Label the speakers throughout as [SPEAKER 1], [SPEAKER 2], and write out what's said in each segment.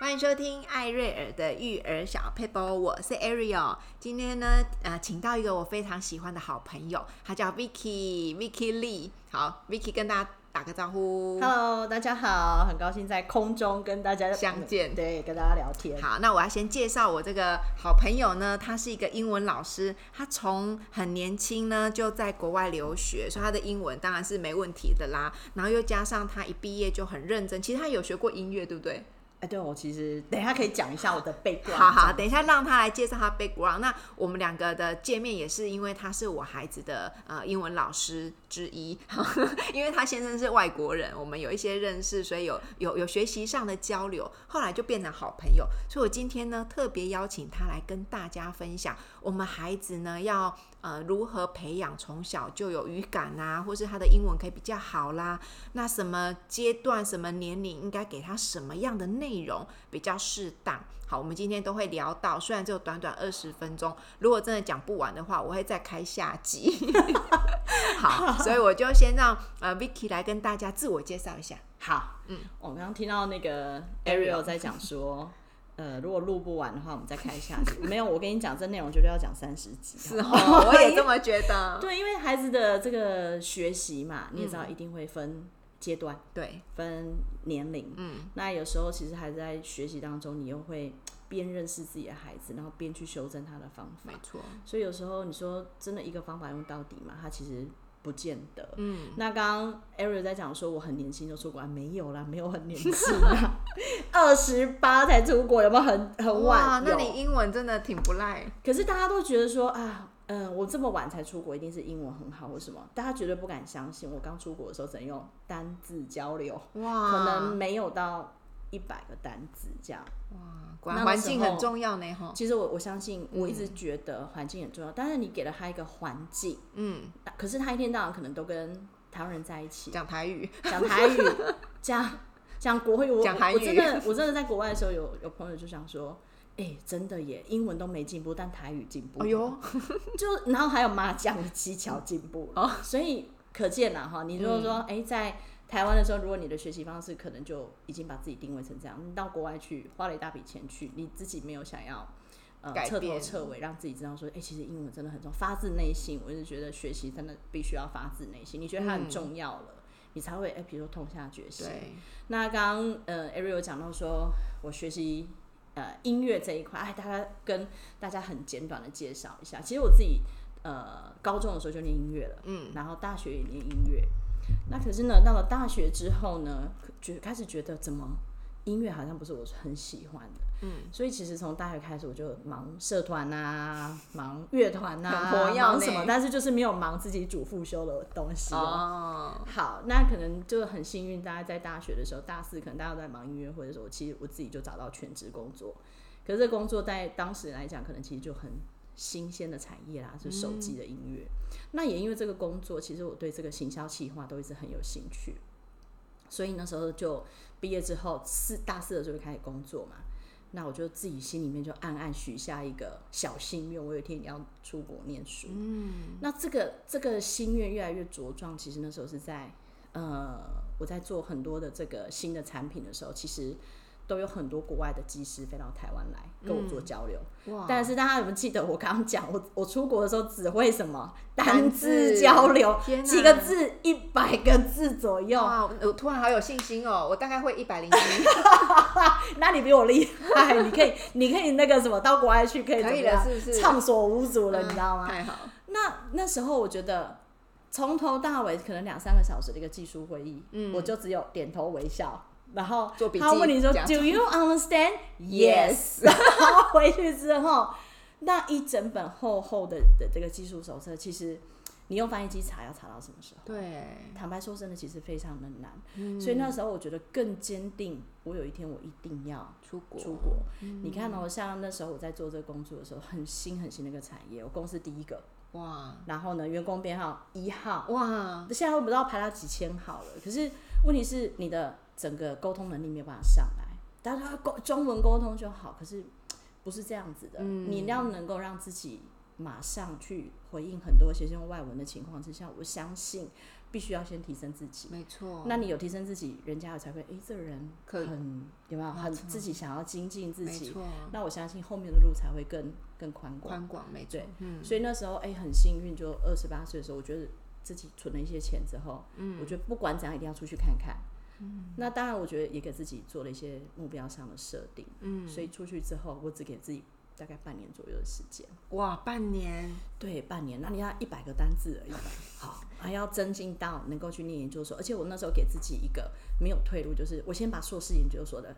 [SPEAKER 1] 欢迎收听艾瑞尔的育儿小 paper，我是 Ariel。今天呢，呃，请到一个我非常喜欢的好朋友，他叫 Vicky，Vicky Lee。好，Vicky 跟大家打个招呼。
[SPEAKER 2] Hello，大家好，很高兴在空中跟大家
[SPEAKER 1] 相见
[SPEAKER 2] 对，跟大家聊天。
[SPEAKER 1] 好，那我要先介绍我这个好朋友呢，他是一个英文老师，他从很年轻呢就在国外留学，所以他的英文当然是没问题的啦。然后又加上他一毕业就很认真，其实他有学过音乐，对不对？
[SPEAKER 2] 哎，对我其实等一下可以讲一下我的背景。
[SPEAKER 1] 好好，等一下让他来介绍他 background。那我们两个的见面也是因为他是我孩子的呃英文老师之一， 因为他先生是外国人，我们有一些认识，所以有有有学习上的交流，后来就变成好朋友。所以我今天呢特别邀请他来跟大家分享，我们孩子呢要呃如何培养从小就有语感啊，或是他的英文可以比较好啦。那什么阶段、什么年龄应该给他什么样的内容比较适当？好，我们今天都会聊到，虽然只有短短二十分钟，如果真的讲不完的话，我会再开下集。 好，所以我就先让呃 Vicky 来跟大家自我介绍一下。
[SPEAKER 2] 好，嗯，我刚刚听到那个 Ariel 在讲说，呃，如果录不完的话，我们再开下集。没有，我跟你讲，这内容绝对要讲三十集。
[SPEAKER 1] 是哦， 我也这么觉 得。
[SPEAKER 2] 对，因为孩子的这个学习嘛，你也知道一定会分阶段、
[SPEAKER 1] 对，
[SPEAKER 2] 分年龄。嗯，那有时候其实还在学习当中，你又会边认识自己的孩子，然后边去修正他的方法
[SPEAKER 1] 没。错，
[SPEAKER 2] 所以有时候你说真的一个方法用到底嘛，它其实不见得。嗯，那刚刚 Ariel 在讲说我很年轻就出国、啊，没有啦，没有很 年轻啦，二十八才出国，有没有很很
[SPEAKER 1] 哇，
[SPEAKER 2] 晚？
[SPEAKER 1] 那
[SPEAKER 2] 有
[SPEAKER 1] 你英文真的挺不赖。
[SPEAKER 2] 可是大家都觉得说啊。嗯，我这么晚才出国，一定是英文很好，为什么？大家绝对不敢相信，我刚出国的时候只能用单字交流，
[SPEAKER 1] 哇，
[SPEAKER 2] 可能没有到一百个单字这样。
[SPEAKER 1] 哇，果然
[SPEAKER 2] 那个
[SPEAKER 1] 环
[SPEAKER 2] 时
[SPEAKER 1] 境很
[SPEAKER 2] 候
[SPEAKER 1] 重要呢，哈。
[SPEAKER 2] 其实我我相信，我一直觉得环境很重要，但是你给了他一个环境，
[SPEAKER 1] 嗯，
[SPEAKER 2] 那可是他一天到晚可能都跟台湾人在一起，
[SPEAKER 1] 讲台语，
[SPEAKER 2] 讲 台语，讲讲国语。我
[SPEAKER 1] 讲韩语
[SPEAKER 2] 我真的我真的在国外的时候有，有朋友就想说，哎、真的耶，英文都没进步，但台语进步。
[SPEAKER 1] 哎呦，
[SPEAKER 2] 就然后还有麻将的技巧进步
[SPEAKER 1] 哦
[SPEAKER 2] 了，所以可见啦哈，你如果
[SPEAKER 1] 嗯
[SPEAKER 2] 说哎、在台湾的时候，如果你的学习方式可能就已经把自己定位成这样，你到国外去花了一大笔钱去，你自己没有想要。呃
[SPEAKER 1] 改，
[SPEAKER 2] 彻头
[SPEAKER 1] 变嗯
[SPEAKER 2] 彻尾让自己知道说，哎、其实英文真的很重要，发自内心。我一直觉得学习真的必须要发自内心，你觉得
[SPEAKER 1] 嗯
[SPEAKER 2] 它很重要了，你才会哎、比如说痛下决心。
[SPEAKER 1] 对，
[SPEAKER 2] 那刚刚呃，Ariel 有讲到说，我学习呃音乐这一块，哎，大家跟大家很简短的介绍一下。其实我自己呃高中的时候就念音乐了，嗯，然后大学也念音乐。那可是呢，到了大学之后呢，觉开始觉得怎么音乐好像不是我很喜欢的，嗯，所以其实从大学开始我就忙社团啊，忙乐团
[SPEAKER 1] 很
[SPEAKER 2] 啊，
[SPEAKER 1] 活跃
[SPEAKER 2] 忙
[SPEAKER 1] 呢
[SPEAKER 2] 什么，但是就是没有忙自己主副修的东西哦
[SPEAKER 1] 哦，
[SPEAKER 2] 好，那可能就很幸运，大家在大学的时候，大四可能大家都在忙音乐会的时候，其实我自己就找到全职工作。可是这工作在当时来讲，可能其实就很新鲜的产业啦，就是手机的音乐。那也因为这个工作，其实我对这个行销企划都一直很有兴趣，所以那时候就毕业之后四大四的时候就开始工作嘛。那我就自己心里面就暗暗许下一个小心愿，我有一天一定要出国念书。那这个这个心愿越来越茁壮，其实那时候是在呃，我在做很多的这个新的产品的时候，其实都有很多国外的技师飞到台湾来跟我做交流。
[SPEAKER 1] 哇，
[SPEAKER 2] 但是大家有没有记得我刚刚讲，我我出国的时候只会什么
[SPEAKER 1] 单
[SPEAKER 2] 单
[SPEAKER 1] 字
[SPEAKER 2] 字交流
[SPEAKER 1] 天，哪
[SPEAKER 2] 几个字一百个字左右。
[SPEAKER 1] 哇，我突然好有信心哦！我大概会一百零一，
[SPEAKER 2] 那你比我厉害，你可以你可以那个什么到国外去可以怎
[SPEAKER 1] 可
[SPEAKER 2] 么
[SPEAKER 1] 以了
[SPEAKER 2] 样，
[SPEAKER 1] 是不嗯是
[SPEAKER 2] 畅所无阻 了，你知道吗？
[SPEAKER 1] 太好，
[SPEAKER 2] 那那时候我觉得从头到尾可能两三个小时的一个技术会议，嗯，我就只有点头微笑，然后
[SPEAKER 1] 做笔记
[SPEAKER 2] 他问你说
[SPEAKER 1] 这样
[SPEAKER 2] ，Do you understand? Yes 。 然后回去之后，那一整本厚厚的的这个技术手册，其实你用翻译机查要查到什么时候？
[SPEAKER 1] 对，
[SPEAKER 2] 坦白说，真的其实非常的难，
[SPEAKER 1] 嗯
[SPEAKER 2] 所以那时候我觉得更坚定，我有一天我一定要
[SPEAKER 1] 出国，嗯
[SPEAKER 2] 出国。你看哦，像那时候我在做这个工作的时候，很新很新的一个产业，我公司第一个，
[SPEAKER 1] 哇
[SPEAKER 2] 然后呢，员工编号一号，
[SPEAKER 1] 哇，
[SPEAKER 2] 现在我不知道排到几千号了。可是问题是你的整个沟通能力没有办法上来，大家沟中文沟通就好，可是不是这样子的。
[SPEAKER 1] 嗯
[SPEAKER 2] 你要能够让自己马上去回应很多学生用外文的情况之下，我相信必须要先提升自己。
[SPEAKER 1] 没错，
[SPEAKER 2] 那你有提升自己，人家才会哎、诶这个人
[SPEAKER 1] 哦可
[SPEAKER 2] 很有没有很
[SPEAKER 1] 没错
[SPEAKER 2] 自己想要精进自
[SPEAKER 1] 没
[SPEAKER 2] 己？
[SPEAKER 1] 错，
[SPEAKER 2] 那我相信后面的路才会更更宽广。
[SPEAKER 1] 宽广没错
[SPEAKER 2] 对，
[SPEAKER 1] 嗯，
[SPEAKER 2] 所以那时候哎、很幸运，就二十八岁的时候，我觉得自己存了一些钱之后，嗯，我觉得不管怎样一定要出去看看。嗯，那当然，我觉得也给自己做了一些目标上的设定。嗯，所以出去之后，我只给自己大概半年左右的时间。
[SPEAKER 1] 哇，半年
[SPEAKER 2] 对，半年，那你要一百个单字而已。好，还要增进到能够去念研究所，而且我那时候给自己一个没有退路，就是我先把硕士研究所的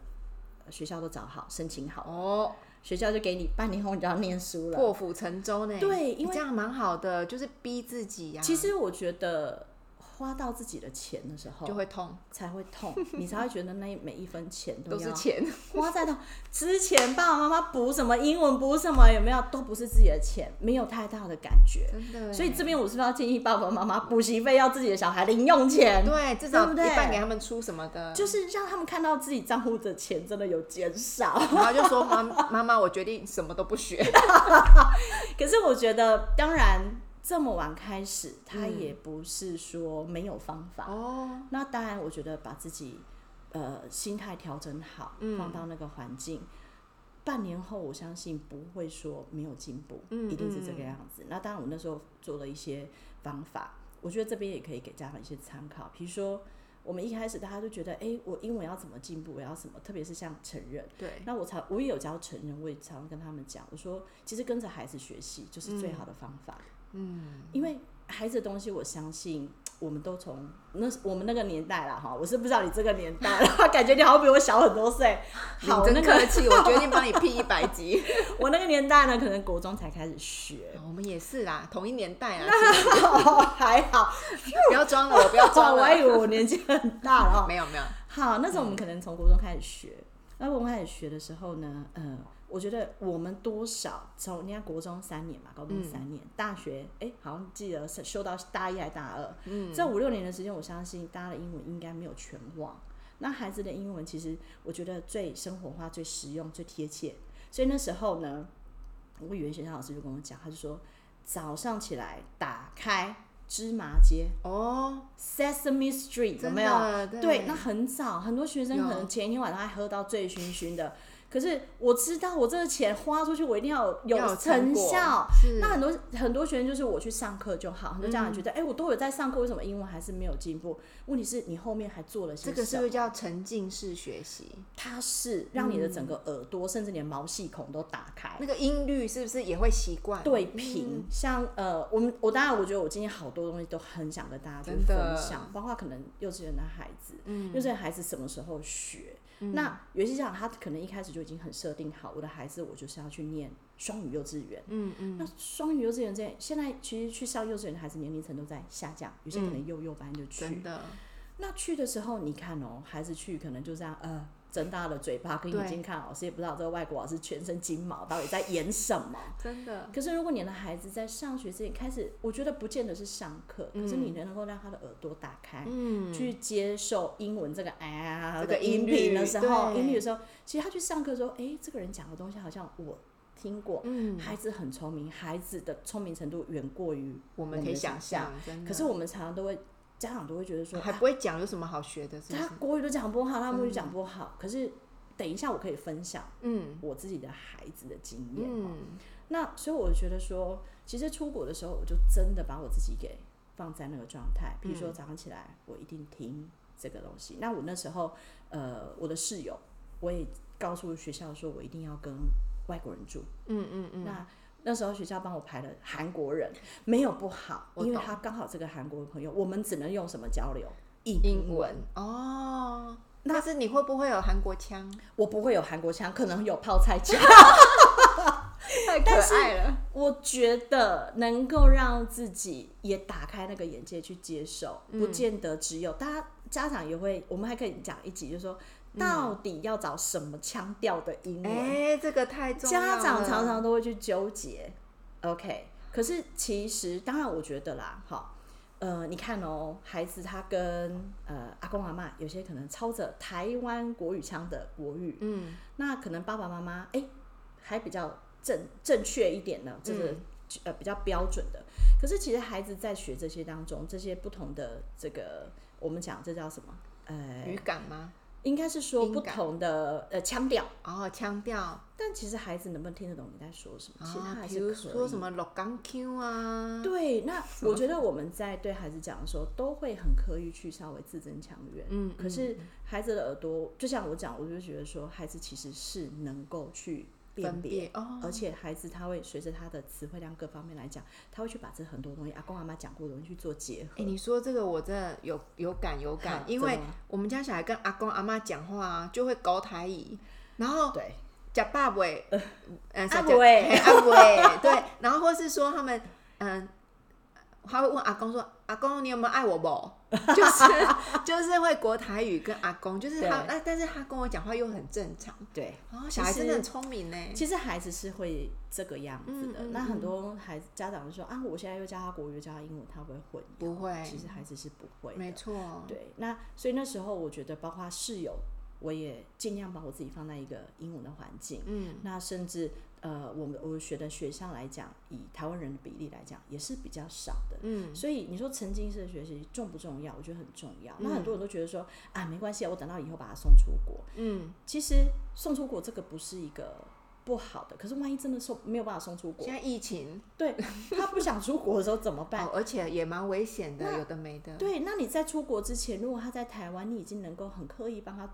[SPEAKER 2] 呃学校都找好，申请好，
[SPEAKER 1] 哦，
[SPEAKER 2] 学校就给你半年后你就要念书了。
[SPEAKER 1] 破釜沉舟呢，
[SPEAKER 2] 对
[SPEAKER 1] 你
[SPEAKER 2] 因为
[SPEAKER 1] 这样蛮好的，就是逼自己啊呀，
[SPEAKER 2] 其实我觉得花到自己的钱的时候，
[SPEAKER 1] 就会痛，
[SPEAKER 2] 才会痛，你才会觉得那每一分钱
[SPEAKER 1] 都是
[SPEAKER 2] 要
[SPEAKER 1] 钱，
[SPEAKER 2] 花在痛。之前爸爸妈妈补什么英文补什么，有没有都不是自己的钱，没有太大的感觉。
[SPEAKER 1] 真 的耶，
[SPEAKER 2] 所以这边我是不是要建议爸爸妈妈补习费要自己的小孩零用钱，
[SPEAKER 1] 对，至少
[SPEAKER 2] 对
[SPEAKER 1] 一
[SPEAKER 2] 不对
[SPEAKER 1] 半给他们出什么的，
[SPEAKER 2] 就是让他们看到自己账户的钱真的有减少。
[SPEAKER 1] 然后就说妈 妈妈，我决定什么都不学，
[SPEAKER 2] 可是我觉得，当然这么晚开始，他也不是说没有方法。
[SPEAKER 1] 嗯哦，
[SPEAKER 2] 那当然，我觉得把自己呃心态调整好，放
[SPEAKER 1] 嗯
[SPEAKER 2] 到那个环境。半年后，我相信不会说没有进步，
[SPEAKER 1] 嗯
[SPEAKER 2] 一定是这个样子。那当然，我那时候做了一些方法，我觉得这边也可以给家长一些参考。比如说，我们一开始大家都觉得，哎、我英文要怎么进步，我要什么，特别是像成人。
[SPEAKER 1] 对，
[SPEAKER 2] 那我常我也有教成人，我也常跟他们讲，我说其实跟着孩子学习就是最好的方法。嗯，因为孩子的东西，我相信我们都从那我们那个年代啦，哈，我是不知道你这个年代 啦，感觉你好像比我小很多岁。
[SPEAKER 1] 你
[SPEAKER 2] 好，那
[SPEAKER 1] 真客
[SPEAKER 2] 个
[SPEAKER 1] 气，我决定帮你 P 一百集。 哦
[SPEAKER 2] 我那个年代呢，可能国中才开始 学，
[SPEAKER 1] 我们也是啦，同一年代 啊，
[SPEAKER 2] 还好，
[SPEAKER 1] 不要装了，我不要装
[SPEAKER 2] 我还
[SPEAKER 1] 了。
[SPEAKER 2] 以为我年纪很大了哈。
[SPEAKER 1] 没有没有，
[SPEAKER 2] 好，那时候我们可能从国中开始学，那我们开始学的时候呢，呃，我觉得我们多少从人家国中三年嘛，高中三年，大学哎、好像记得是修到大一还大二，嗯，这五六年的时间，我相信大家的英文应该没有全忘。那孩子的英文其实我觉得最生活化、最实用、最贴切，所以那时候呢，我语言学校老师就跟我讲，他就说早上起来打开芝麻街
[SPEAKER 1] 哦，
[SPEAKER 2] （Sesame Street） 有
[SPEAKER 1] 真
[SPEAKER 2] 没有？
[SPEAKER 1] 的
[SPEAKER 2] 对，那很早，很多学生
[SPEAKER 1] 有
[SPEAKER 2] 可能前一天晚上还喝到醉醺醺的。可是我知道，我这个钱花出去，我一定要有
[SPEAKER 1] 要有成
[SPEAKER 2] 成
[SPEAKER 1] 果
[SPEAKER 2] 效。
[SPEAKER 1] 是嗯
[SPEAKER 2] 那很多很多学生就是我去上课就好，很多家长觉得，哎、我都有在上课，为什么英文还是没有进步？问题是你后面还做了些
[SPEAKER 1] 这
[SPEAKER 2] 什么？
[SPEAKER 1] 个是不是叫沉浸式学习？
[SPEAKER 2] 它是让你的
[SPEAKER 1] 嗯
[SPEAKER 2] 整个耳朵，甚至连毛细孔都打开。
[SPEAKER 1] 那个音律是不是也会习惯？
[SPEAKER 2] 对平，
[SPEAKER 1] 嗯
[SPEAKER 2] 像呃，我们我当然我觉得我今天好多东西都很想跟大家去
[SPEAKER 1] 真的嗯
[SPEAKER 2] 分享，包括可能幼稚园的孩子，幼稚园孩子什么时候学？那有些家长他可能一开始就已经很设定好，我的孩子我就是要去念双语幼稚园。嗯嗯。那双语幼稚园这现在其实去上幼稚园的孩子年龄层都在下降，有些可能幼幼班就去。
[SPEAKER 1] 嗯真的，
[SPEAKER 2] 那去的时候，你看哦，孩子去可能就这样，呃，睁大了嘴巴跟
[SPEAKER 1] 对
[SPEAKER 2] 眼睛看老师，也不知道这个外国老师全身金毛到底在演什么。
[SPEAKER 1] 真的，
[SPEAKER 2] 可是如果你的孩子在上学之前开始，我觉得不见得是上课，可是你
[SPEAKER 1] 嗯
[SPEAKER 2] 能够让他的耳朵打开，嗯，去接受英文这个啊
[SPEAKER 1] 这个
[SPEAKER 2] 的音
[SPEAKER 1] 音
[SPEAKER 2] 频
[SPEAKER 1] 律
[SPEAKER 2] 的时候，
[SPEAKER 1] 对
[SPEAKER 2] 音律的时候，其实他去上课的时候，哎，这个人讲的东西好像我听过，
[SPEAKER 1] 嗯，
[SPEAKER 2] 孩子很聪明，孩子的聪明程度远过于
[SPEAKER 1] 我们
[SPEAKER 2] 的
[SPEAKER 1] 可以想
[SPEAKER 2] 象。
[SPEAKER 1] 象，真的。
[SPEAKER 2] 可是我们常常都会，家长都会觉得说，
[SPEAKER 1] 还不会讲，有什么好学的？是不嗯
[SPEAKER 2] 他
[SPEAKER 1] 是？
[SPEAKER 2] 国语都讲不好，他母语讲不好，可是等一下我可以分享
[SPEAKER 1] 嗯
[SPEAKER 2] 我自己的孩子的经验、哦。
[SPEAKER 1] 嗯，
[SPEAKER 2] 那所以我觉得说，其实出国的时候，我就真的把我自己给放在那个状态。比
[SPEAKER 1] 嗯
[SPEAKER 2] 如说早上起来，我一定听这个东西。那我那时候，呃，我的室友，我也告诉学校说我一定要跟外国人住。
[SPEAKER 1] 嗯嗯嗯，
[SPEAKER 2] 那那时候学校帮我排了韩国人，没有不好，
[SPEAKER 1] 我
[SPEAKER 2] 因为
[SPEAKER 1] 懂
[SPEAKER 2] 他刚好这个韩国朋友，我们只能用什么交流？
[SPEAKER 1] 英文哦。但是你会不会有韩国腔？
[SPEAKER 2] 我不会有韩国腔，可能有泡菜 腔。
[SPEAKER 1] 太可爱了。
[SPEAKER 2] 我觉得能够让自己也打开那个眼界去接受，不见得只有大家家长也会，我们还可以讲一集，就是说到底要找什么腔调的英文，
[SPEAKER 1] 哎、这个太重要了。
[SPEAKER 2] 家长常常都会去纠结。OK，可是其实当然，我觉得啦，哈，呃，你看哦，孩子他跟呃阿公阿妈有些可能操着台湾国语腔的国语，
[SPEAKER 1] 嗯，嗯
[SPEAKER 2] 那可能爸爸妈妈哎还比较正正确一点呢，就是呃比较标准的。可是其实孩子在学这些当中，这些不同的这个，我们讲这叫什么？呃，
[SPEAKER 1] 语感吗？
[SPEAKER 2] 应该是说
[SPEAKER 1] 音
[SPEAKER 2] 不
[SPEAKER 1] 感
[SPEAKER 2] 同的呃腔调，
[SPEAKER 1] 哦，腔调，
[SPEAKER 2] 但其实孩子能不能听得懂你在说什么？其实他
[SPEAKER 1] 哦
[SPEAKER 2] 还
[SPEAKER 1] 比
[SPEAKER 2] 是
[SPEAKER 1] 如
[SPEAKER 2] 可以。
[SPEAKER 1] 说什么六港 Q 啊，
[SPEAKER 2] 对，那我觉得我们在对孩子讲的时候，都会很刻意去稍微字正腔圆。
[SPEAKER 1] 嗯
[SPEAKER 2] 可是孩子的耳朵，就像我讲，我就觉得说，孩子其实是能够去辨
[SPEAKER 1] 分
[SPEAKER 2] 别。
[SPEAKER 1] 别哦，
[SPEAKER 2] 而且孩子他会随着他的词汇量各方面来讲，他会去把这很多东西阿公阿妈讲过的东西去做结合。
[SPEAKER 1] 哎、你说这个我真的有有感有感
[SPEAKER 2] 哈，
[SPEAKER 1] 因
[SPEAKER 2] 真
[SPEAKER 1] 为
[SPEAKER 2] 的吗
[SPEAKER 1] 我们家小孩跟阿公阿妈讲话啊，就会高台语，然后
[SPEAKER 2] 对，
[SPEAKER 1] 假爸尾，呃，
[SPEAKER 2] 阿
[SPEAKER 1] 伯
[SPEAKER 2] 尾
[SPEAKER 1] 哎哦阿伯， 对，然后或是说他们，嗯、他会问阿公说：“阿公，你有没有爱我不？” 就是就是会国台语跟阿公，就是他，
[SPEAKER 2] 对
[SPEAKER 1] 但但是他跟我讲话又很正常，
[SPEAKER 2] 对，
[SPEAKER 1] 哦，
[SPEAKER 2] 其
[SPEAKER 1] 小孩真的
[SPEAKER 2] 实
[SPEAKER 1] 很聪明呢，
[SPEAKER 2] 其实孩子是会这个样子的。
[SPEAKER 1] 嗯嗯
[SPEAKER 2] 那
[SPEAKER 1] 嗯
[SPEAKER 2] 很多孩子家长就说啊，我现在又教他国语，又教他英文，他会不会混？
[SPEAKER 1] 不会，
[SPEAKER 2] 其实孩子是不会的。
[SPEAKER 1] 没错，
[SPEAKER 2] 对，那所以那时候我觉得，包括室友，我也尽量把我自己放在一个英文的环境。
[SPEAKER 1] 嗯，
[SPEAKER 2] 那甚至呃，我们我学的学校来讲，以台湾人的比例来讲，也是比较少的。
[SPEAKER 1] 嗯，
[SPEAKER 2] 所以你说沉浸式的学习重不重要？我觉得很重要。那很多人都觉得说啊，没关系啊，我等到以后把它送出国。
[SPEAKER 1] 嗯，
[SPEAKER 2] 其实送出国这个不是一个不好的，可是万一真的送没有办法送出国
[SPEAKER 1] 现，在疫情
[SPEAKER 2] 对他不想出国的时候怎么办？
[SPEAKER 1] 哦，而且也蛮危险的，有的没的。
[SPEAKER 2] 对，那你在出国之前，如果他在台湾，你已经能够很刻意帮他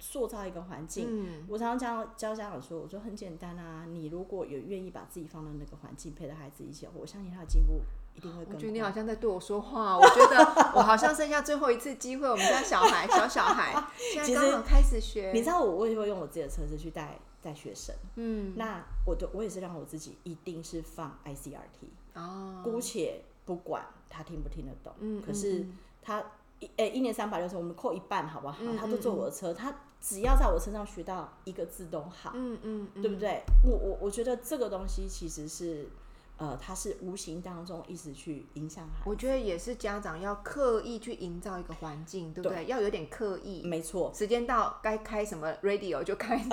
[SPEAKER 2] 塑造一个环境。
[SPEAKER 1] 嗯
[SPEAKER 2] 我常常教教家长说，我说很简单啊，你如果有愿意把自己放到那个环境，陪着孩子一起，我相信他的进步一定会
[SPEAKER 1] 哦我
[SPEAKER 2] 更
[SPEAKER 1] 觉得
[SPEAKER 2] 快。
[SPEAKER 1] 你好像在对我说话，我觉 得我好像剩下最后一次机会。我们家小孩，小小孩现在
[SPEAKER 2] 其实
[SPEAKER 1] 刚好开始学，
[SPEAKER 2] 你知道我我也会用我自己的车子去带带学生，
[SPEAKER 1] 嗯，
[SPEAKER 2] 那我都我也是让我自己一定是放 ICRT，、
[SPEAKER 1] 哦，
[SPEAKER 2] 姑且不管他听不听得懂，
[SPEAKER 1] 嗯
[SPEAKER 2] 可是
[SPEAKER 1] 嗯
[SPEAKER 2] 他一诶、一年三百六十，我们扣一半好不好？
[SPEAKER 1] 嗯
[SPEAKER 2] 他都坐我的车，他只要在我身上学到一个字都好。
[SPEAKER 1] 嗯嗯，嗯
[SPEAKER 2] 啊对不？对？我我我觉得这个东西其实是，呃，它是无形当中一直去影响孩
[SPEAKER 1] 我觉得也是家长要刻意去营造一个环境，对不对？要有点刻
[SPEAKER 2] 子。
[SPEAKER 1] 意。
[SPEAKER 2] 没错，
[SPEAKER 1] 时间到，该开什么 radio 就 开。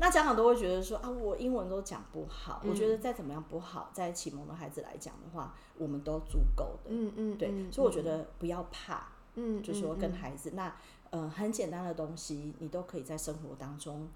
[SPEAKER 2] 那家长都会觉得说啊，我英文都讲不好，
[SPEAKER 1] 嗯
[SPEAKER 2] 我觉得再怎么样不好，在启蒙的孩子来讲的话，我们都足够的。
[SPEAKER 1] 嗯嗯，
[SPEAKER 2] 对，
[SPEAKER 1] 嗯
[SPEAKER 2] 所以我觉，得不要怕，
[SPEAKER 1] 嗯，
[SPEAKER 2] 就说
[SPEAKER 1] 嗯
[SPEAKER 2] 跟孩子、那呃很简单的东西，你都可以在生活当中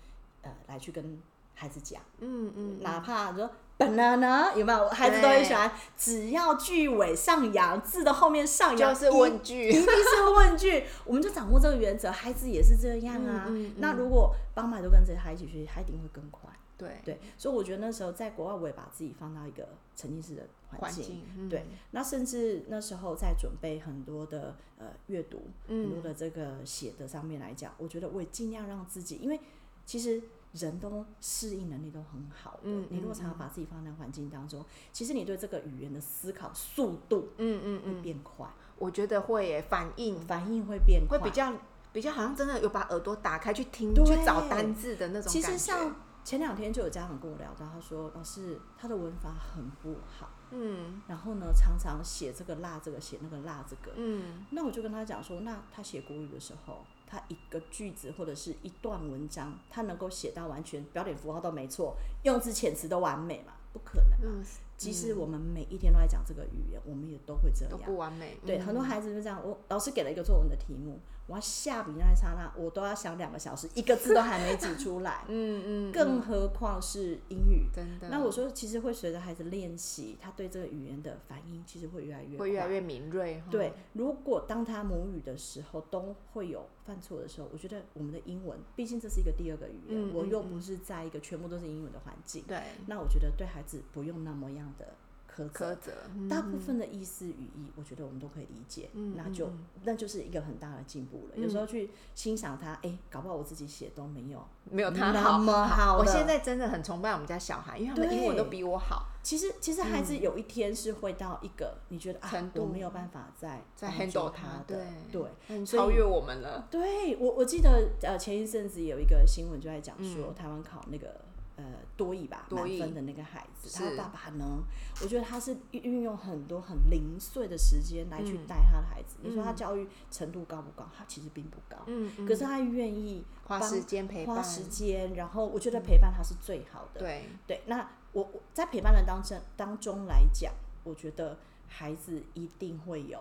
[SPEAKER 2] 呃来去跟孩子讲。
[SPEAKER 1] 嗯嗯，
[SPEAKER 2] 哪怕你说 banana 有没有？孩子都很喜欢，只要句尾上扬，字的后面上扬
[SPEAKER 1] 就是问句
[SPEAKER 2] 一一定是问句。我们就掌握这个原则，孩子也是这样啊。
[SPEAKER 1] 嗯嗯嗯
[SPEAKER 2] 那如果爸妈都跟着他一起学习，他一定会更快。
[SPEAKER 1] 对，
[SPEAKER 2] 对，所以我觉得那时候在国外，我也把自己放到一个沉浸式的
[SPEAKER 1] 环
[SPEAKER 2] 环境。
[SPEAKER 1] 境，嗯
[SPEAKER 2] 对，那甚至那时候在准备很多的呃阅读，很多
[SPEAKER 1] 嗯，
[SPEAKER 2] 的这个写的上面来讲，我觉得我也尽量让自己，因为其实人都适应能力都很好的。
[SPEAKER 1] 嗯
[SPEAKER 2] 你如果
[SPEAKER 1] 嗯
[SPEAKER 2] 常常把自己放在环境当中，其实你对这个语言的思考速度
[SPEAKER 1] 嗯嗯
[SPEAKER 2] 会
[SPEAKER 1] 嗯，
[SPEAKER 2] 变快，
[SPEAKER 1] 我觉得会耶，反应
[SPEAKER 2] 反应会变快。
[SPEAKER 1] 会比较比较好像真的有把耳朵打开去听
[SPEAKER 2] 对
[SPEAKER 1] 去找单字的那种
[SPEAKER 2] 其
[SPEAKER 1] 感觉。
[SPEAKER 2] 实像前两天就有家长跟我聊到，他说老师他的文法很不好，
[SPEAKER 1] 嗯
[SPEAKER 2] 然后呢常常写这个辣这个写那个辣这个，
[SPEAKER 1] 嗯
[SPEAKER 2] 那我就跟他讲说，那他写国语的时候，他一个句子或者是一段文章，他能够写到完全标点符号都没错，用字遣词都完美嘛？不可能。
[SPEAKER 1] 嗯，
[SPEAKER 2] 即使我们每一天都在讲这个语言，我们也都会这
[SPEAKER 1] 都
[SPEAKER 2] 样。
[SPEAKER 1] 不完美。
[SPEAKER 2] 对，
[SPEAKER 1] 嗯，
[SPEAKER 2] 很多孩子就这样。我老师给了一个作文的题目，我要下笔那一刹那，我都要想两个小时，一个字都还没挤出来
[SPEAKER 1] 嗯嗯，嗯
[SPEAKER 2] 更何况是英语。
[SPEAKER 1] 真的。
[SPEAKER 2] 那我说，其实会随着孩子练习，他对这个语言的反应其实会越来越
[SPEAKER 1] 会越
[SPEAKER 2] 快
[SPEAKER 1] 来越敏锐哈。
[SPEAKER 2] 对，如果当他母语的时候都会有犯错的时候，我觉得我们的英文，毕竟这是一个第二个语言，
[SPEAKER 1] 嗯
[SPEAKER 2] 我
[SPEAKER 1] 嗯
[SPEAKER 2] 又
[SPEAKER 1] 嗯
[SPEAKER 2] 不是在一个全部都是英文的环境，
[SPEAKER 1] 对，
[SPEAKER 2] 那我觉得对孩子不用那么样的苛责。
[SPEAKER 1] 苛责。嗯
[SPEAKER 2] 大部分的意思语义，我觉得我们都可以理解，
[SPEAKER 1] 嗯
[SPEAKER 2] 那就
[SPEAKER 1] 嗯
[SPEAKER 2] 那就是一个很大的进步了。有时候去欣赏他，哎、搞不好我自己写都没有。
[SPEAKER 1] 没有他
[SPEAKER 2] 那
[SPEAKER 1] 好
[SPEAKER 2] 么好
[SPEAKER 1] 我
[SPEAKER 2] 了
[SPEAKER 1] 现在真的很崇拜我们家小孩，因为他们
[SPEAKER 2] 对
[SPEAKER 1] 英文都比我好，
[SPEAKER 2] 其实其实孩子有一天是会到一个你觉得啊
[SPEAKER 1] 嗯程，
[SPEAKER 2] 我
[SPEAKER 1] 度
[SPEAKER 2] 没有办法再
[SPEAKER 1] 在
[SPEAKER 2] 帮助
[SPEAKER 1] handle
[SPEAKER 2] 他
[SPEAKER 1] 对
[SPEAKER 2] 的，对。
[SPEAKER 1] 嗯
[SPEAKER 2] 所以
[SPEAKER 1] 超越我们了。
[SPEAKER 2] 对我，我记得呃，前一阵子有一个新闻就在讲说，台湾考那个呃多益吧
[SPEAKER 1] 嗯多益
[SPEAKER 2] 满分的那个孩子，
[SPEAKER 1] 是
[SPEAKER 2] 他的爸爸呢，我觉得他是运运用很多很零碎的时间来
[SPEAKER 1] 嗯
[SPEAKER 2] 去带他的孩子。你说他教育程度高不高？他其实并不高，
[SPEAKER 1] 嗯，嗯
[SPEAKER 2] 可是他愿意
[SPEAKER 1] 花
[SPEAKER 2] 帮
[SPEAKER 1] 时间陪
[SPEAKER 2] 花
[SPEAKER 1] 伴，嗯
[SPEAKER 2] 时间，然后我觉得陪伴他是最好 的。
[SPEAKER 1] 对，
[SPEAKER 2] 对，那我我在陪伴的当中当中来讲，我觉得孩子一定会有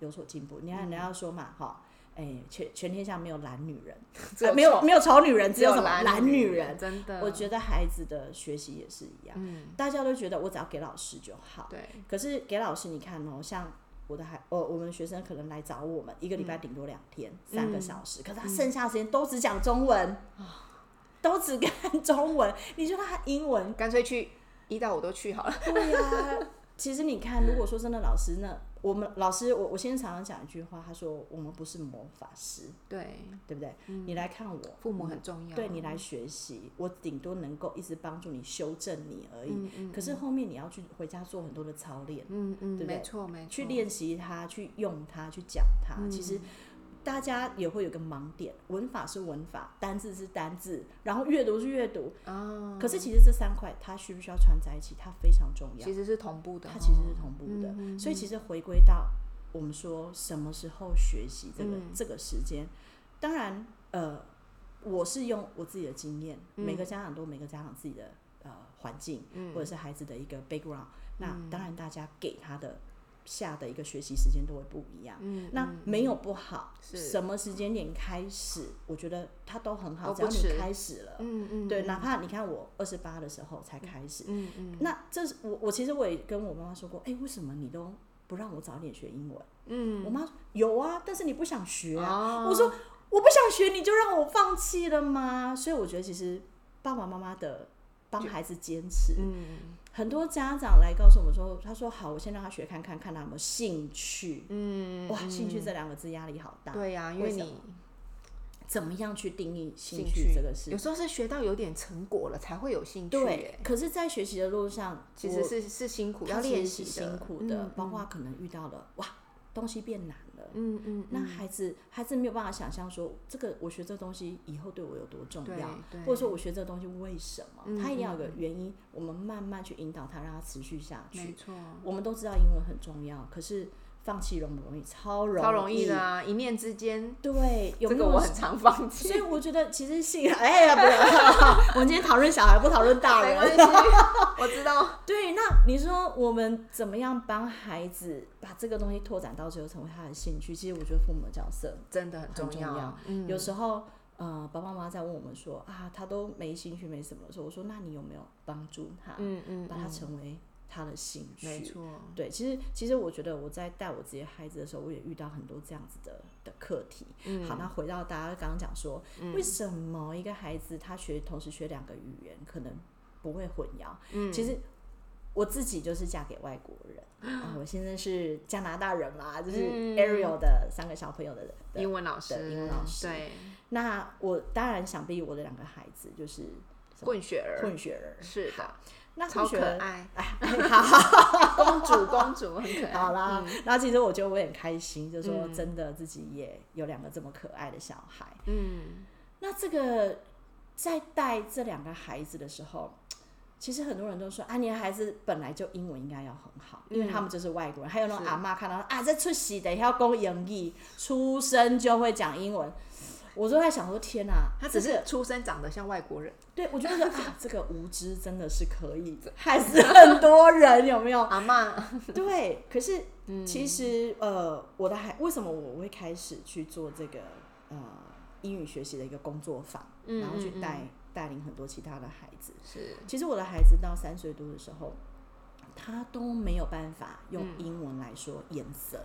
[SPEAKER 2] 有所进步。你看人
[SPEAKER 1] 嗯
[SPEAKER 2] 家说嘛，哈、哎，全全天下没有懒女人，
[SPEAKER 1] 只有
[SPEAKER 2] 呃没有
[SPEAKER 1] 丑
[SPEAKER 2] 没有丑女人，只有什么
[SPEAKER 1] 懒
[SPEAKER 2] 女
[SPEAKER 1] 人，
[SPEAKER 2] 人。
[SPEAKER 1] 真的，
[SPEAKER 2] 我觉得孩子的学习也是一样，
[SPEAKER 1] 嗯，
[SPEAKER 2] 大家都觉得我只要给老师就好。
[SPEAKER 1] 对，
[SPEAKER 2] 可是给老师，你看哦，像我的孩，呃，我们学生可能来找我们，一个礼
[SPEAKER 1] 嗯
[SPEAKER 2] 拜顶多两天，三个小时，可是他剩下的时间都只讲中文，
[SPEAKER 1] 嗯
[SPEAKER 2] 都只看中文。你说他英文
[SPEAKER 1] 干脆去一到五都去 好了，
[SPEAKER 2] 对呀、其实你看，如果说真的老师那，我们老师，我我先生常常讲一句话，他说我们不是魔法师，
[SPEAKER 1] 对，
[SPEAKER 2] 对不对？你来看我，
[SPEAKER 1] 嗯父母很重要，
[SPEAKER 2] 对你来学习，我顶多能够一直帮助你修正你而已。
[SPEAKER 1] 嗯嗯
[SPEAKER 2] 可是后面你要去回家做很多的操练，
[SPEAKER 1] 嗯嗯，
[SPEAKER 2] 对不对
[SPEAKER 1] 没错没错，
[SPEAKER 2] 去练习它，去用它，去讲它。其实
[SPEAKER 1] 嗯
[SPEAKER 2] 大家也会有个盲点，文法是文法，单字是单字，然后阅读是阅读。
[SPEAKER 1] 啊，
[SPEAKER 2] 可是其实这三块它需不需要串在一起？它非常重要。
[SPEAKER 1] 其实是同步的哦，
[SPEAKER 2] 啊它其实是同步的。
[SPEAKER 1] 嗯
[SPEAKER 2] 所以其实回归到我们说什么时候学习这个、
[SPEAKER 1] 嗯
[SPEAKER 2] 这个时间，当然呃，我是用我自己的经验，
[SPEAKER 1] 嗯
[SPEAKER 2] 每个家长都有每个家长自己的呃环境、或者是孩子的一个 background，、那
[SPEAKER 1] 嗯
[SPEAKER 2] 当然大家给他的。下的一个学习时间都会不一样，
[SPEAKER 1] 嗯
[SPEAKER 2] 那没有不好，
[SPEAKER 1] 是
[SPEAKER 2] 什么时间点开始，我觉得它都很好，
[SPEAKER 1] 都
[SPEAKER 2] 只要
[SPEAKER 1] 不
[SPEAKER 2] 你
[SPEAKER 1] 迟
[SPEAKER 2] 开始了，
[SPEAKER 1] 嗯嗯，
[SPEAKER 2] 对，哪怕你看我二十八的时候才开始，
[SPEAKER 1] 嗯嗯
[SPEAKER 2] 那这是我我其实我也跟我妈妈说过，哎、为什么你都不让我早点学英文？嗯，我妈说有啊，但是你不想学
[SPEAKER 1] 哦
[SPEAKER 2] 啊。我说我不想学，你就让我放弃了吗？所以我觉得其实爸爸妈妈的帮孩子坚持，
[SPEAKER 1] 嗯
[SPEAKER 2] 很多家长来告诉我们说，他说好，我先让他学看看，看他有没有兴趣。
[SPEAKER 1] 嗯，
[SPEAKER 2] 哇，兴趣这两个字压力好大，
[SPEAKER 1] 对呀，因为
[SPEAKER 2] 为什
[SPEAKER 1] 你
[SPEAKER 2] 怎么样去定义兴
[SPEAKER 1] 兴
[SPEAKER 2] 趣这个事
[SPEAKER 1] 有？时候是学到有点成果了才会有兴趣，
[SPEAKER 2] 对
[SPEAKER 1] 哎，
[SPEAKER 2] 可是，在学习的路上，
[SPEAKER 1] 其
[SPEAKER 2] 我
[SPEAKER 1] 实是是辛苦，
[SPEAKER 2] 它
[SPEAKER 1] 要
[SPEAKER 2] 其
[SPEAKER 1] 练
[SPEAKER 2] 实
[SPEAKER 1] 习嗯
[SPEAKER 2] 是辛苦的，包括可能遇到了哇，东西变难了。
[SPEAKER 1] 嗯嗯，
[SPEAKER 2] 那孩子，孩子没有办法想象说，这个我学这东西以后对我有多重
[SPEAKER 1] 对
[SPEAKER 2] 要，
[SPEAKER 1] 对
[SPEAKER 2] 或者说我学这东西为什么？
[SPEAKER 1] 嗯
[SPEAKER 2] 他一定要有个原因，我们慢慢去引导他，让他持续下
[SPEAKER 1] 没
[SPEAKER 2] 去。
[SPEAKER 1] 错，
[SPEAKER 2] 我们都知道英文很重要，可是放弃容不容易？超容易，
[SPEAKER 1] 超容易的啊，一念之间，
[SPEAKER 2] 对，有
[SPEAKER 1] 这
[SPEAKER 2] 没
[SPEAKER 1] 个
[SPEAKER 2] 有
[SPEAKER 1] 我很常放弃
[SPEAKER 2] 所。以我觉得其实性，哎呀，不要，我 们今天讨论小孩，不讨论大
[SPEAKER 1] 哦没关。
[SPEAKER 2] 人
[SPEAKER 1] 系，我知道。
[SPEAKER 2] 对，那你说我们怎么样帮孩子把这个东西拓展到最后成为他的兴趣？其实我觉得父母的角色，
[SPEAKER 1] 真的很重
[SPEAKER 2] 很重要
[SPEAKER 1] 嗯，
[SPEAKER 2] 有时候呃，爸爸妈妈在问我们说啊，他都没兴趣，没什么的时候，我说那你有没有帮助他，
[SPEAKER 1] 嗯嗯，
[SPEAKER 2] 把他成为他的兴趣？
[SPEAKER 1] 没错，
[SPEAKER 2] 对，其实其实我觉得我在带我自己的孩子的时候，我也遇到很多这样子的的课题。
[SPEAKER 1] 嗯
[SPEAKER 2] 好，那回到大家刚刚讲说，为什么一个孩子他学同时学两个语言可能不会混淆？嗯，其实我自己就是嫁给外国 人，啊，我先生是加拿大人嘛，就是
[SPEAKER 1] 嗯
[SPEAKER 2] Ariel 的三个小朋友的人。的
[SPEAKER 1] 英文老师，
[SPEAKER 2] 对英文老师
[SPEAKER 1] 对，
[SPEAKER 2] 那我当然想必我的两个孩子就是
[SPEAKER 1] 混血儿，
[SPEAKER 2] 混血儿，
[SPEAKER 1] 是的，
[SPEAKER 2] 那
[SPEAKER 1] 超
[SPEAKER 2] 混血
[SPEAKER 1] 可
[SPEAKER 2] 儿，
[SPEAKER 1] 爱，哎
[SPEAKER 2] 好。
[SPEAKER 1] 公主公主很可爱，
[SPEAKER 2] 好啦，然后其实我觉得我也很开心，就说
[SPEAKER 1] 嗯
[SPEAKER 2] 真的自己也有两个这么可爱的小孩。
[SPEAKER 1] 嗯，
[SPEAKER 2] 那这个在带这两个孩子的时候，其实很多人都说啊，你的孩子本来就英文应该要很好，因为他们就是外国人。还有那种
[SPEAKER 1] 是
[SPEAKER 2] 阿妈看到啊，这出席的要讲英语，出生就会讲英文。我都在想说，天哪、
[SPEAKER 1] 他只
[SPEAKER 2] 这
[SPEAKER 1] 是
[SPEAKER 2] 个
[SPEAKER 1] 出生长得像外国人，
[SPEAKER 2] 对我就觉得啊，这个无知真的是可以害死很多人，有没有？
[SPEAKER 1] 阿妈，
[SPEAKER 2] 对，可是
[SPEAKER 1] 嗯
[SPEAKER 2] 其实、呃，我的孩为什么我会开始去做这个呃英语学习的一个工作坊，
[SPEAKER 1] 嗯
[SPEAKER 2] 然后去
[SPEAKER 1] 嗯嗯
[SPEAKER 2] 带带领很多其他的孩子。
[SPEAKER 1] 是，
[SPEAKER 2] 其实我的孩子到三岁多的时候，他都没有办法用
[SPEAKER 1] 嗯
[SPEAKER 2] 英文来说颜色，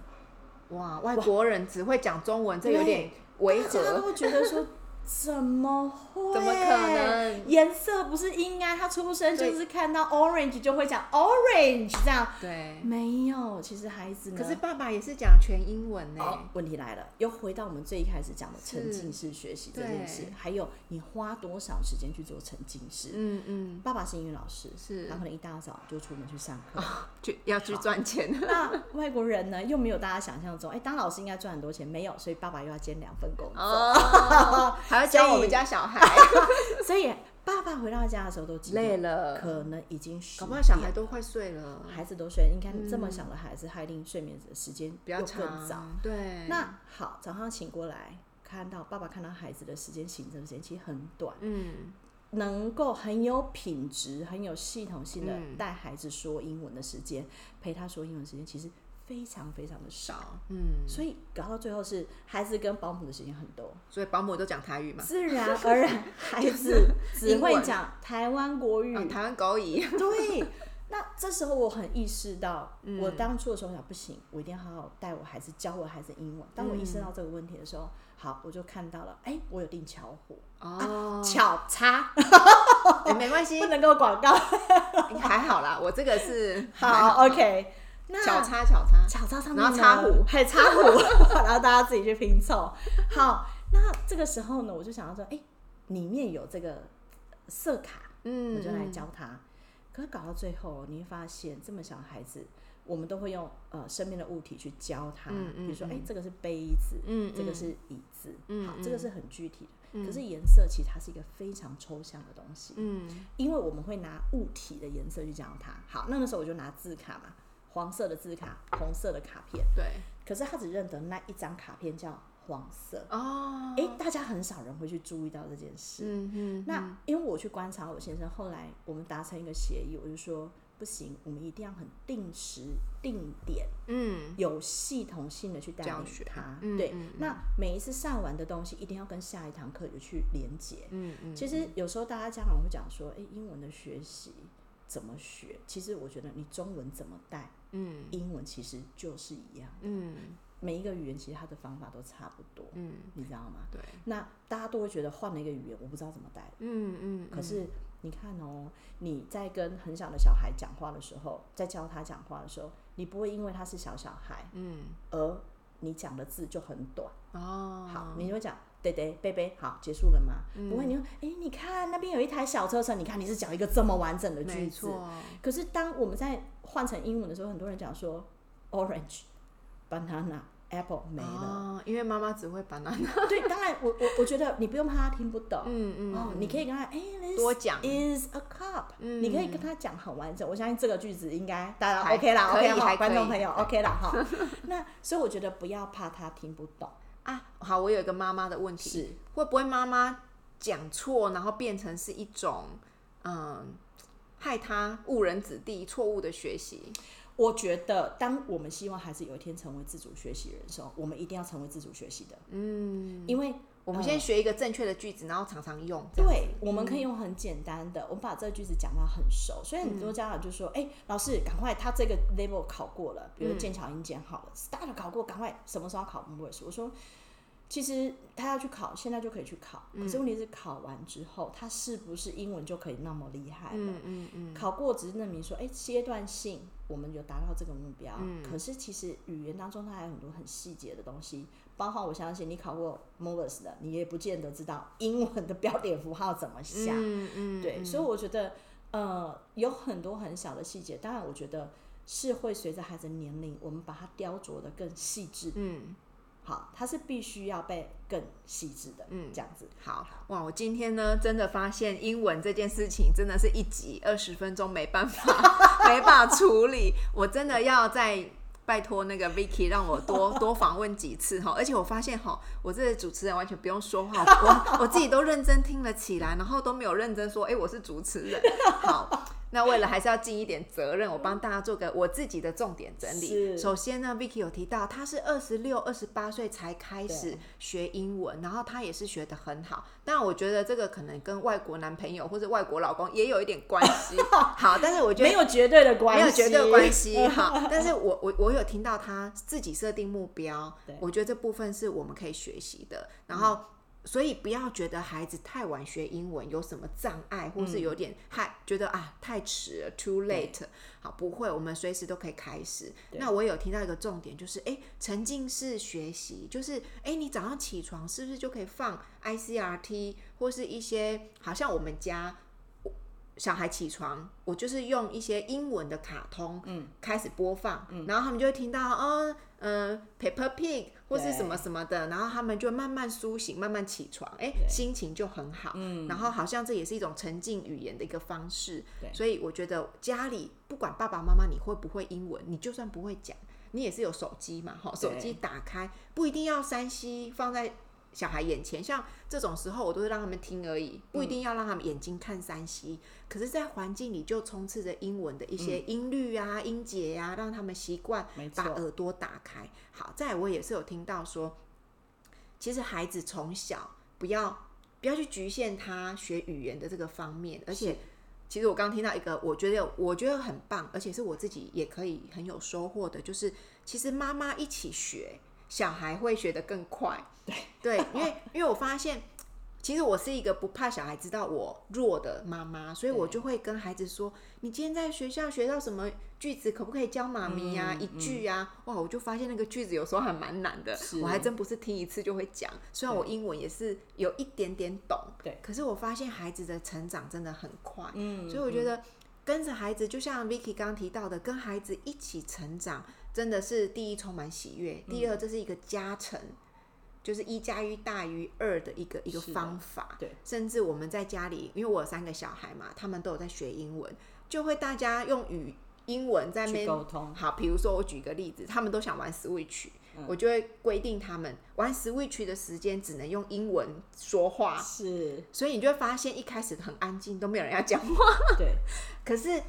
[SPEAKER 1] 哇，外国人只会讲中文，这有点违
[SPEAKER 2] 大家都
[SPEAKER 1] 和，
[SPEAKER 2] 会觉得说怎么会？
[SPEAKER 1] 怎么可能？
[SPEAKER 2] 颜色不是应该他出生
[SPEAKER 1] 对
[SPEAKER 2] 就是看到 orange 就会讲 orange 这样？
[SPEAKER 1] 对，
[SPEAKER 2] 没有，其实孩子呢，
[SPEAKER 1] 可是爸爸也是讲全英文
[SPEAKER 2] 好
[SPEAKER 1] 呢，，
[SPEAKER 2] 问题来了，又回到我们最一开始讲的
[SPEAKER 1] 是
[SPEAKER 2] 沉浸式学习这件事
[SPEAKER 1] 对，
[SPEAKER 2] 还有你花多少时间去做沉浸式。
[SPEAKER 1] 嗯嗯，
[SPEAKER 2] 爸爸是英语老师，
[SPEAKER 1] 是
[SPEAKER 2] 他可能一大早就出门去上 课。
[SPEAKER 1] 去要去赚钱，
[SPEAKER 2] 那外国人呢，又没有大家想象中，哎、当老师应该赚很多钱，没有，所以爸爸又要兼两份工作。
[SPEAKER 1] 哦，还要教我们家小孩，
[SPEAKER 2] 所以爸爸回到家的时候都几点？
[SPEAKER 1] 累了，
[SPEAKER 2] 可能已经十
[SPEAKER 1] 搞不好小
[SPEAKER 2] 点
[SPEAKER 1] 孩都快睡了，
[SPEAKER 2] 孩子都睡，你看这么小的孩子，他一定睡眠的时间
[SPEAKER 1] 嗯比较
[SPEAKER 2] 又
[SPEAKER 1] 长
[SPEAKER 2] 更早。，
[SPEAKER 1] 对，
[SPEAKER 2] 那好，早上醒过来，看到爸爸看到孩子的时间，醒着的时间其实很短，
[SPEAKER 1] 嗯，
[SPEAKER 2] 能够很有品质、很有系统性的
[SPEAKER 1] 嗯
[SPEAKER 2] 带孩子说英文的时间，陪他说英文的时间，其实非常非常的少。
[SPEAKER 1] 少，嗯，
[SPEAKER 2] 所以搞到最后是孩子跟保姆的时间很 多，
[SPEAKER 1] 所以保姆都讲台语嘛，
[SPEAKER 2] 自然而然孩子只
[SPEAKER 1] 英文
[SPEAKER 2] 会讲台湾国语
[SPEAKER 1] 啊，，台湾狗语，
[SPEAKER 2] 对，那这时候我很意识到，
[SPEAKER 1] 嗯
[SPEAKER 2] 我当初的时候想不行，我一定要好好带我孩子，教我孩子英文。当我意
[SPEAKER 1] 嗯
[SPEAKER 2] 识到这个问题的时候，好，我就看到了，哎、我有订巧虎，
[SPEAKER 1] 哦，
[SPEAKER 2] 巧叉
[SPEAKER 1] 哎没关系
[SPEAKER 2] 不，能够广告。
[SPEAKER 1] 还好啦，我这个 是
[SPEAKER 2] 好，OK，那
[SPEAKER 1] 哦巧叉巧叉，
[SPEAKER 2] 巧叉上面
[SPEAKER 1] 然后插
[SPEAKER 2] 呢
[SPEAKER 1] 虎
[SPEAKER 2] 还有插虎， 然后大家自己去拼凑。好，那这个时候呢，我就想要说，哎、里面有这个色卡，
[SPEAKER 1] 嗯，
[SPEAKER 2] 我就来
[SPEAKER 1] 嗯，
[SPEAKER 2] 教他。可是搞到最后，你会发现这么小的孩子，我们都会用呃身边的物体去教他，
[SPEAKER 1] 嗯嗯
[SPEAKER 2] 比如说，
[SPEAKER 1] 嗯
[SPEAKER 2] 哎、这个是杯子，
[SPEAKER 1] 嗯，
[SPEAKER 2] 这个
[SPEAKER 1] 嗯
[SPEAKER 2] 是椅子，
[SPEAKER 1] 嗯
[SPEAKER 2] 好，
[SPEAKER 1] 嗯
[SPEAKER 2] 这个是很具体的。
[SPEAKER 1] 嗯
[SPEAKER 2] 可是颜色其实它是一个非常抽象的东西，
[SPEAKER 1] 嗯
[SPEAKER 2] 因为我们会拿物体的颜色去教他。好，那那时候我就拿字卡嘛，黄色的字卡，红色的卡片，
[SPEAKER 1] 对，
[SPEAKER 2] 可是他只认得那一张卡片叫黄色。
[SPEAKER 1] 哦，
[SPEAKER 2] 哎、大家很少人会去注意到这件事。
[SPEAKER 1] 嗯嗯，
[SPEAKER 2] 那因为我去观察我先生，后来我们达成一个协议，我就说不行，我们一定要很定时、定点、
[SPEAKER 1] 嗯
[SPEAKER 2] 有系统性的去带
[SPEAKER 1] 教
[SPEAKER 2] 领
[SPEAKER 1] 学
[SPEAKER 2] 他。
[SPEAKER 1] 嗯
[SPEAKER 2] 对，
[SPEAKER 1] 嗯
[SPEAKER 2] 那每一次上完的东西，一定要跟下一堂课有去连接。
[SPEAKER 1] 嗯嗯，
[SPEAKER 2] 其实有时候大家家长会讲说，诶，英文的学习怎么学？其实我觉得你中文怎么带，
[SPEAKER 1] 嗯
[SPEAKER 2] 英文其实就是一样。
[SPEAKER 1] 嗯
[SPEAKER 2] 每一个语言其实它的方法都差不多，
[SPEAKER 1] 嗯，
[SPEAKER 2] 你知道吗？
[SPEAKER 1] 对，
[SPEAKER 2] 那大家都会觉得换了一个语言，我不知道怎么带。
[SPEAKER 1] 嗯嗯，
[SPEAKER 2] 可是你看哦，你在跟很小的小孩讲话的时候，在教他讲话的时候，你不会因为他是小小孩，
[SPEAKER 1] 嗯
[SPEAKER 2] 而你讲的字就很短。
[SPEAKER 1] 哦，嗯
[SPEAKER 2] 好，你就讲“对对贝贝”，好，结束了吗？不会，你说“哎，你看那边有一台小车程”，你看你是讲一个这么完整的句
[SPEAKER 1] 没
[SPEAKER 2] 子。
[SPEAKER 1] 错，
[SPEAKER 2] 可是当我们在换成英文的时候，很多人讲说 “orange”、“banana”、“apple” 没了。
[SPEAKER 1] 哦，因为妈妈只会 banana，
[SPEAKER 2] 对，当然我我我觉得你不用怕他听不懂。
[SPEAKER 1] 嗯嗯，
[SPEAKER 2] 哦，你可以跟他哎，this
[SPEAKER 1] 多讲
[SPEAKER 2] is a cup，、
[SPEAKER 1] 嗯
[SPEAKER 2] 你可以跟他讲很完整。我相信这个句子应该大家
[SPEAKER 1] 还
[SPEAKER 2] OK 啦
[SPEAKER 1] 可以还
[SPEAKER 2] ，OK
[SPEAKER 1] 可
[SPEAKER 2] 哈，
[SPEAKER 1] 以
[SPEAKER 2] 观众朋友 OK 啦哈。 那所以我觉得不要怕他听不懂，
[SPEAKER 1] 啊，好，我有一个妈妈的问题，
[SPEAKER 2] 是
[SPEAKER 1] 会不会妈妈讲错，然后变成是一种嗯，害他误人子弟、错误的学习？
[SPEAKER 2] 我觉得当我们希望孩子有一天成为自主学习人的时候，我们一定要成为自主学习的，
[SPEAKER 1] 嗯，
[SPEAKER 2] 因为
[SPEAKER 1] 我们
[SPEAKER 2] 呃
[SPEAKER 1] 先学一个正确的句子，然后常常用。这样
[SPEAKER 2] 对
[SPEAKER 1] 子，嗯
[SPEAKER 2] 我们可以用很简单的，我们把这个句子讲到很熟，所以很多家长就说：“哎、老师，赶快，他这个 level 考过
[SPEAKER 1] 嗯
[SPEAKER 2] 了，比如剑桥英检好了，STAR 考过，赶快什么时候要考 m o o r s 我说：“其实他要去考，现在就可以去考，
[SPEAKER 1] 嗯
[SPEAKER 2] 可是问题是考完之后，他是不是英文就可以那么厉害了？
[SPEAKER 1] 嗯嗯嗯，
[SPEAKER 2] 考过只是证明说，哎、阶段性我们有达到这个目标，
[SPEAKER 1] 嗯
[SPEAKER 2] 可是其实语言当中它还有很多很细节的东西，包括我相信你考过 MOVERS 的，你也不见得知道英文的标点符号怎么下，
[SPEAKER 1] 嗯嗯，
[SPEAKER 2] 对，所以我觉得呃有很多很小的细节，当然我觉得是会随着孩子年龄，我们把它雕琢的更细致，
[SPEAKER 1] 嗯。
[SPEAKER 2] 好，它是必须要被更细致的，
[SPEAKER 1] 嗯
[SPEAKER 2] 这样子，
[SPEAKER 1] 好哇！我今天呢，真的发现英文这件事情真的是一集二十分钟没办法 没办法处理，我真的要再拜托那个 Vicky 让我多多访问几次哈。而且我发现哈，我这个主持人完全不用说话，我我自己都认真听了起来，然后都没有认真说，哎、我是主持人。好，那为了还是要尽一点责任，我帮大家做个我自己的重点整理。
[SPEAKER 2] 是
[SPEAKER 1] 首先呢，Vicky 有提到，她是二十六、二十八岁才开始
[SPEAKER 2] 对
[SPEAKER 1] 学英文，然后她也是学得很好。但我觉得这个可能跟外国男朋友或者外国老公也有一点关 系。好，但是我觉得
[SPEAKER 2] 没有绝对的关
[SPEAKER 1] 没
[SPEAKER 2] 系，
[SPEAKER 1] 有绝对关系 哈。但是我我我有听到他自己设定目标
[SPEAKER 2] 对，嗯
[SPEAKER 1] 我觉得这部分是我们可以学习的。然后，所以不要觉得孩子太晚学英文有什么障碍，或
[SPEAKER 2] 嗯
[SPEAKER 1] 是有点害、觉得啊太迟了，too late。好，不会，我们随时都可以开始。
[SPEAKER 2] 对
[SPEAKER 1] 那我有听到一个重点，就是诶，沉浸式学习，就是诶，你早上起床是不是就可以放 ICRT 或是一些好像我们家小孩起床，我就是用一些英文的卡通，嗯，开始播放，然后他们就会听到，哦，嗯、p a p e r Pig 或是什么什么的，然后他们就慢慢苏醒，慢慢起床，哎、心情就很好，嗯，然后好像这也是一种沉浸语言的一个方式，
[SPEAKER 2] 对
[SPEAKER 1] 所以我觉得家里不管爸爸妈妈你会不会英文，你就算不会讲，你也是有手机嘛，哈，手机打开不一定要山西放在小孩眼前，像这种时候我都是让他们听而已，
[SPEAKER 2] 嗯
[SPEAKER 1] 不一定要让他们眼睛看山西。可是，在环境里就充斥着英文的一些音律啊、音节呀、啊，让他们习惯
[SPEAKER 2] 没
[SPEAKER 1] 把
[SPEAKER 2] 错，
[SPEAKER 1] 耳朵打开。好，再来我也是有听到说，其实孩子从小不要不要去局限他学语言的这个方面，而且其实我刚听到一个，我觉得我觉得很棒，而且是我自己也可以很有收获的，就是其实妈妈一起学，小孩会学得更 快。对，因为因为我发现。其实我是一个不怕小孩知道我弱的妈妈，所以我就会跟孩子说：“你今天在学校学到什么句子，可不可以教妈咪呀、
[SPEAKER 2] 嗯
[SPEAKER 1] 一句呀、哇，我就发现那个句子有时候还蛮难的，
[SPEAKER 2] 是
[SPEAKER 1] 我还真不是听一次就会讲。虽然我英文也是有一点点懂，
[SPEAKER 2] 对，
[SPEAKER 1] 可是我发现孩子的成长真的很快，
[SPEAKER 2] 嗯，
[SPEAKER 1] 所以我觉得跟着孩子，就像 Vicky 刚提到的，跟孩子一起成长，真的是第一充满喜悦，
[SPEAKER 2] 嗯
[SPEAKER 1] 第二这是一个加成，就是一加一大于二的一个一个
[SPEAKER 2] 是的
[SPEAKER 1] 方法。
[SPEAKER 2] 对，
[SPEAKER 1] 甚至我们在家里，因为我有三个小孩嘛，他们都有在学英文，就会大家用语英文在那
[SPEAKER 2] 去
[SPEAKER 1] 边
[SPEAKER 2] 沟通，
[SPEAKER 1] 好，比如说我举个例子，他们都想玩 Switch，、我
[SPEAKER 2] 嗯
[SPEAKER 1] 就会规定他们玩 Switch 的时间只能用英文说话，
[SPEAKER 2] 是
[SPEAKER 1] 所以你就会发现一开始很安静，都没有人要讲话。
[SPEAKER 2] 对，
[SPEAKER 1] 可是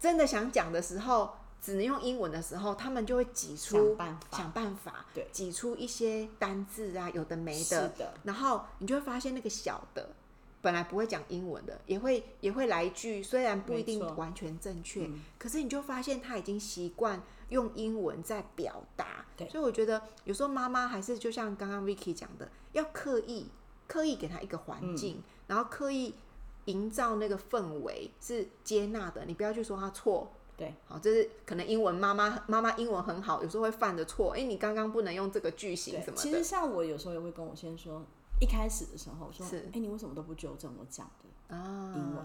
[SPEAKER 1] 真的想讲的时候，只能用英文的时候，他们就会挤
[SPEAKER 2] 想
[SPEAKER 1] 出
[SPEAKER 2] 办法，
[SPEAKER 1] 想办法，
[SPEAKER 2] 对
[SPEAKER 1] 挤出一些单字啊，有的没
[SPEAKER 2] 是
[SPEAKER 1] 的，
[SPEAKER 2] 的，
[SPEAKER 1] 然后你就会发现那个小的。本来不会讲英文的，也会也会来一句，虽然不一定
[SPEAKER 2] 没错嗯
[SPEAKER 1] 完全正确，可是你就发现他已经习惯用英文在表达。
[SPEAKER 2] 对
[SPEAKER 1] 所以我觉得有时候妈妈还是就像刚刚 Vicky 讲的，要刻意刻意给他一个环
[SPEAKER 2] 嗯
[SPEAKER 1] 境，然后刻意营造那个氛围是接纳的，你不要去说他错。
[SPEAKER 2] 对，
[SPEAKER 1] 好，就是可能英文妈妈妈妈英文很好，有时候会犯的错，哎、你刚刚不能用这个句型
[SPEAKER 2] 对
[SPEAKER 1] 什么
[SPEAKER 2] 其
[SPEAKER 1] 的
[SPEAKER 2] 实。像我有时候也会跟我先说，一开始的时候我说，
[SPEAKER 1] 是
[SPEAKER 2] 哎、你为什么都不纠正我讲的？
[SPEAKER 1] 啊，
[SPEAKER 2] 英文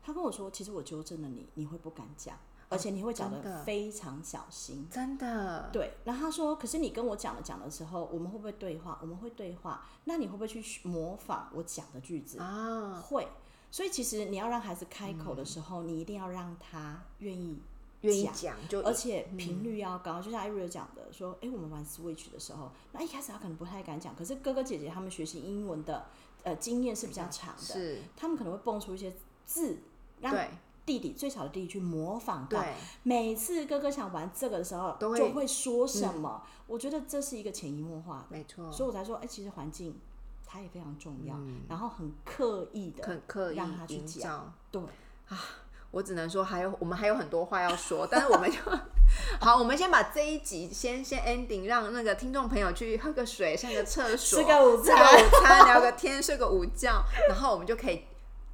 [SPEAKER 2] 他跟我说，其实我纠正了你，你会不敢讲，而且你会讲
[SPEAKER 1] 哦真的
[SPEAKER 2] 的非常小心。
[SPEAKER 1] 真的，
[SPEAKER 2] 对，然后他说，可是你跟我讲了讲的时候，我们会不会对话？我们会对话，那你会不会去模仿我讲的句子？
[SPEAKER 1] 啊，嗯
[SPEAKER 2] 会。所以其实你要让孩子开口的时候，你一定要让他愿意
[SPEAKER 1] 愿意讲就
[SPEAKER 2] 而且
[SPEAKER 1] 嗯
[SPEAKER 2] 频率要高，就像艾瑞讲的，说，哎、我们玩 Switch 的时候，那一开始他可能不太敢讲，可是哥哥姐姐他们学习英文的呃经验是比较长的，
[SPEAKER 1] 是，
[SPEAKER 2] 他们可能会蹦出一些字，让
[SPEAKER 1] 对
[SPEAKER 2] 弟弟最小的弟弟去模仿到。
[SPEAKER 1] 对，
[SPEAKER 2] 每次哥哥想玩这个的时候，
[SPEAKER 1] 都会嗯
[SPEAKER 2] 就会说什么、我觉得这是一个潜移默化
[SPEAKER 1] 没错
[SPEAKER 2] 的，，所以我才说，哎、其实环境它也非常重要，然后很刻意的，
[SPEAKER 1] 嗯很刻意
[SPEAKER 2] 让他去
[SPEAKER 1] 营造。
[SPEAKER 2] 对，
[SPEAKER 1] 我只能说，还有我们还有很多话要说，但是我们就 好，我们先把这一集先先 ending，让那个听众朋友去喝个水，上个厕所，
[SPEAKER 2] 吃个午
[SPEAKER 1] 吃个
[SPEAKER 2] 餐
[SPEAKER 1] 午餐，聊个天，睡个午觉，然后我们就可以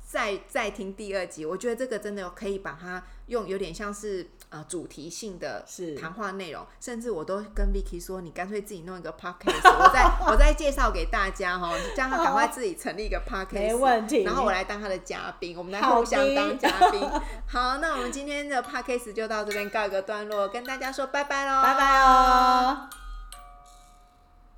[SPEAKER 1] 再再听第二集。我觉得这个真的可以把它用有点像是呃主题性的
[SPEAKER 2] 是
[SPEAKER 1] 谈话内容，甚至我都跟 Vicky 说，你干脆自己弄一个 podcast，我再我再介绍给大家哈，这样他赶快自己成立一个 podcast，
[SPEAKER 2] 没问题
[SPEAKER 1] 然后我来当他的嘉宾，我们来
[SPEAKER 2] 好
[SPEAKER 1] 互相
[SPEAKER 2] 的
[SPEAKER 1] 当嘉宾。好，那我们今天的 podcast 就到这边告一个段落，跟大家说拜拜喽，
[SPEAKER 2] 拜拜哦。